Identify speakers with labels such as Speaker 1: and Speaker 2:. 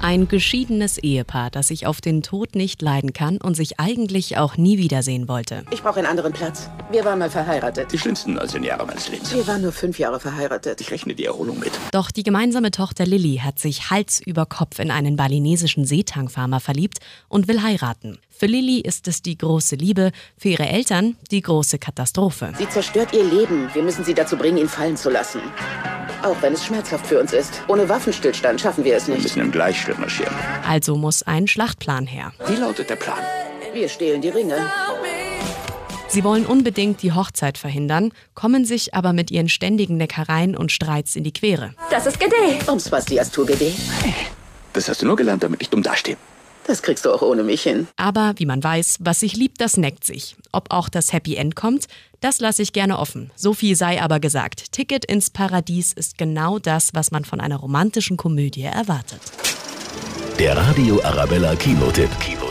Speaker 1: Ein geschiedenes Ehepaar, das sich auf den Tod nicht leiden kann und sich eigentlich auch nie wiedersehen wollte.
Speaker 2: Ich brauche einen anderen Platz. Wir waren mal verheiratet.
Speaker 3: also Die schlimmsten 19 Jahre meines Lebens.
Speaker 2: Wir waren nur fünf Jahre verheiratet.
Speaker 3: Ich rechne die Erholung mit.
Speaker 1: Doch die gemeinsame Tochter Lilly hat sich Hals über Kopf in einen balinesischen Seetangfarmer verliebt und will heiraten. Für Lilly ist es die große Liebe, für ihre Eltern die große Katastrophe.
Speaker 2: Sie zerstört ihr Leben. Wir müssen sie dazu bringen, ihn fallen zu lassen. Auch wenn es schmerzhaft für uns ist. Ohne Waffenstillstand schaffen wir es
Speaker 3: Wir
Speaker 2: nicht.
Speaker 3: müssen im Gleichschritt marschieren.
Speaker 1: Also muss ein Schlachtplan her.
Speaker 3: Wie lautet der Plan?
Speaker 2: Wir stehlen die Ringe.
Speaker 1: Sie wollen unbedingt die Hochzeit verhindern, kommen sich aber mit ihren ständigen Neckereien und Streits in die Quere.
Speaker 4: Das ist Gede.
Speaker 2: Um Spastias Tourgede.
Speaker 3: Das hast du nur gelernt, damit ich dumm dastehe.
Speaker 2: Das kriegst du auch ohne mich hin.
Speaker 1: Aber wie man weiß, was sich liebt, das neckt sich. Ob auch das Happy End kommt, das lasse ich gerne offen. So viel sei aber gesagt. Ticket ins Paradies ist genau das, was man von einer romantischen Komödie erwartet.
Speaker 5: Der Radio Arabella Kinotipp. Kinotipp.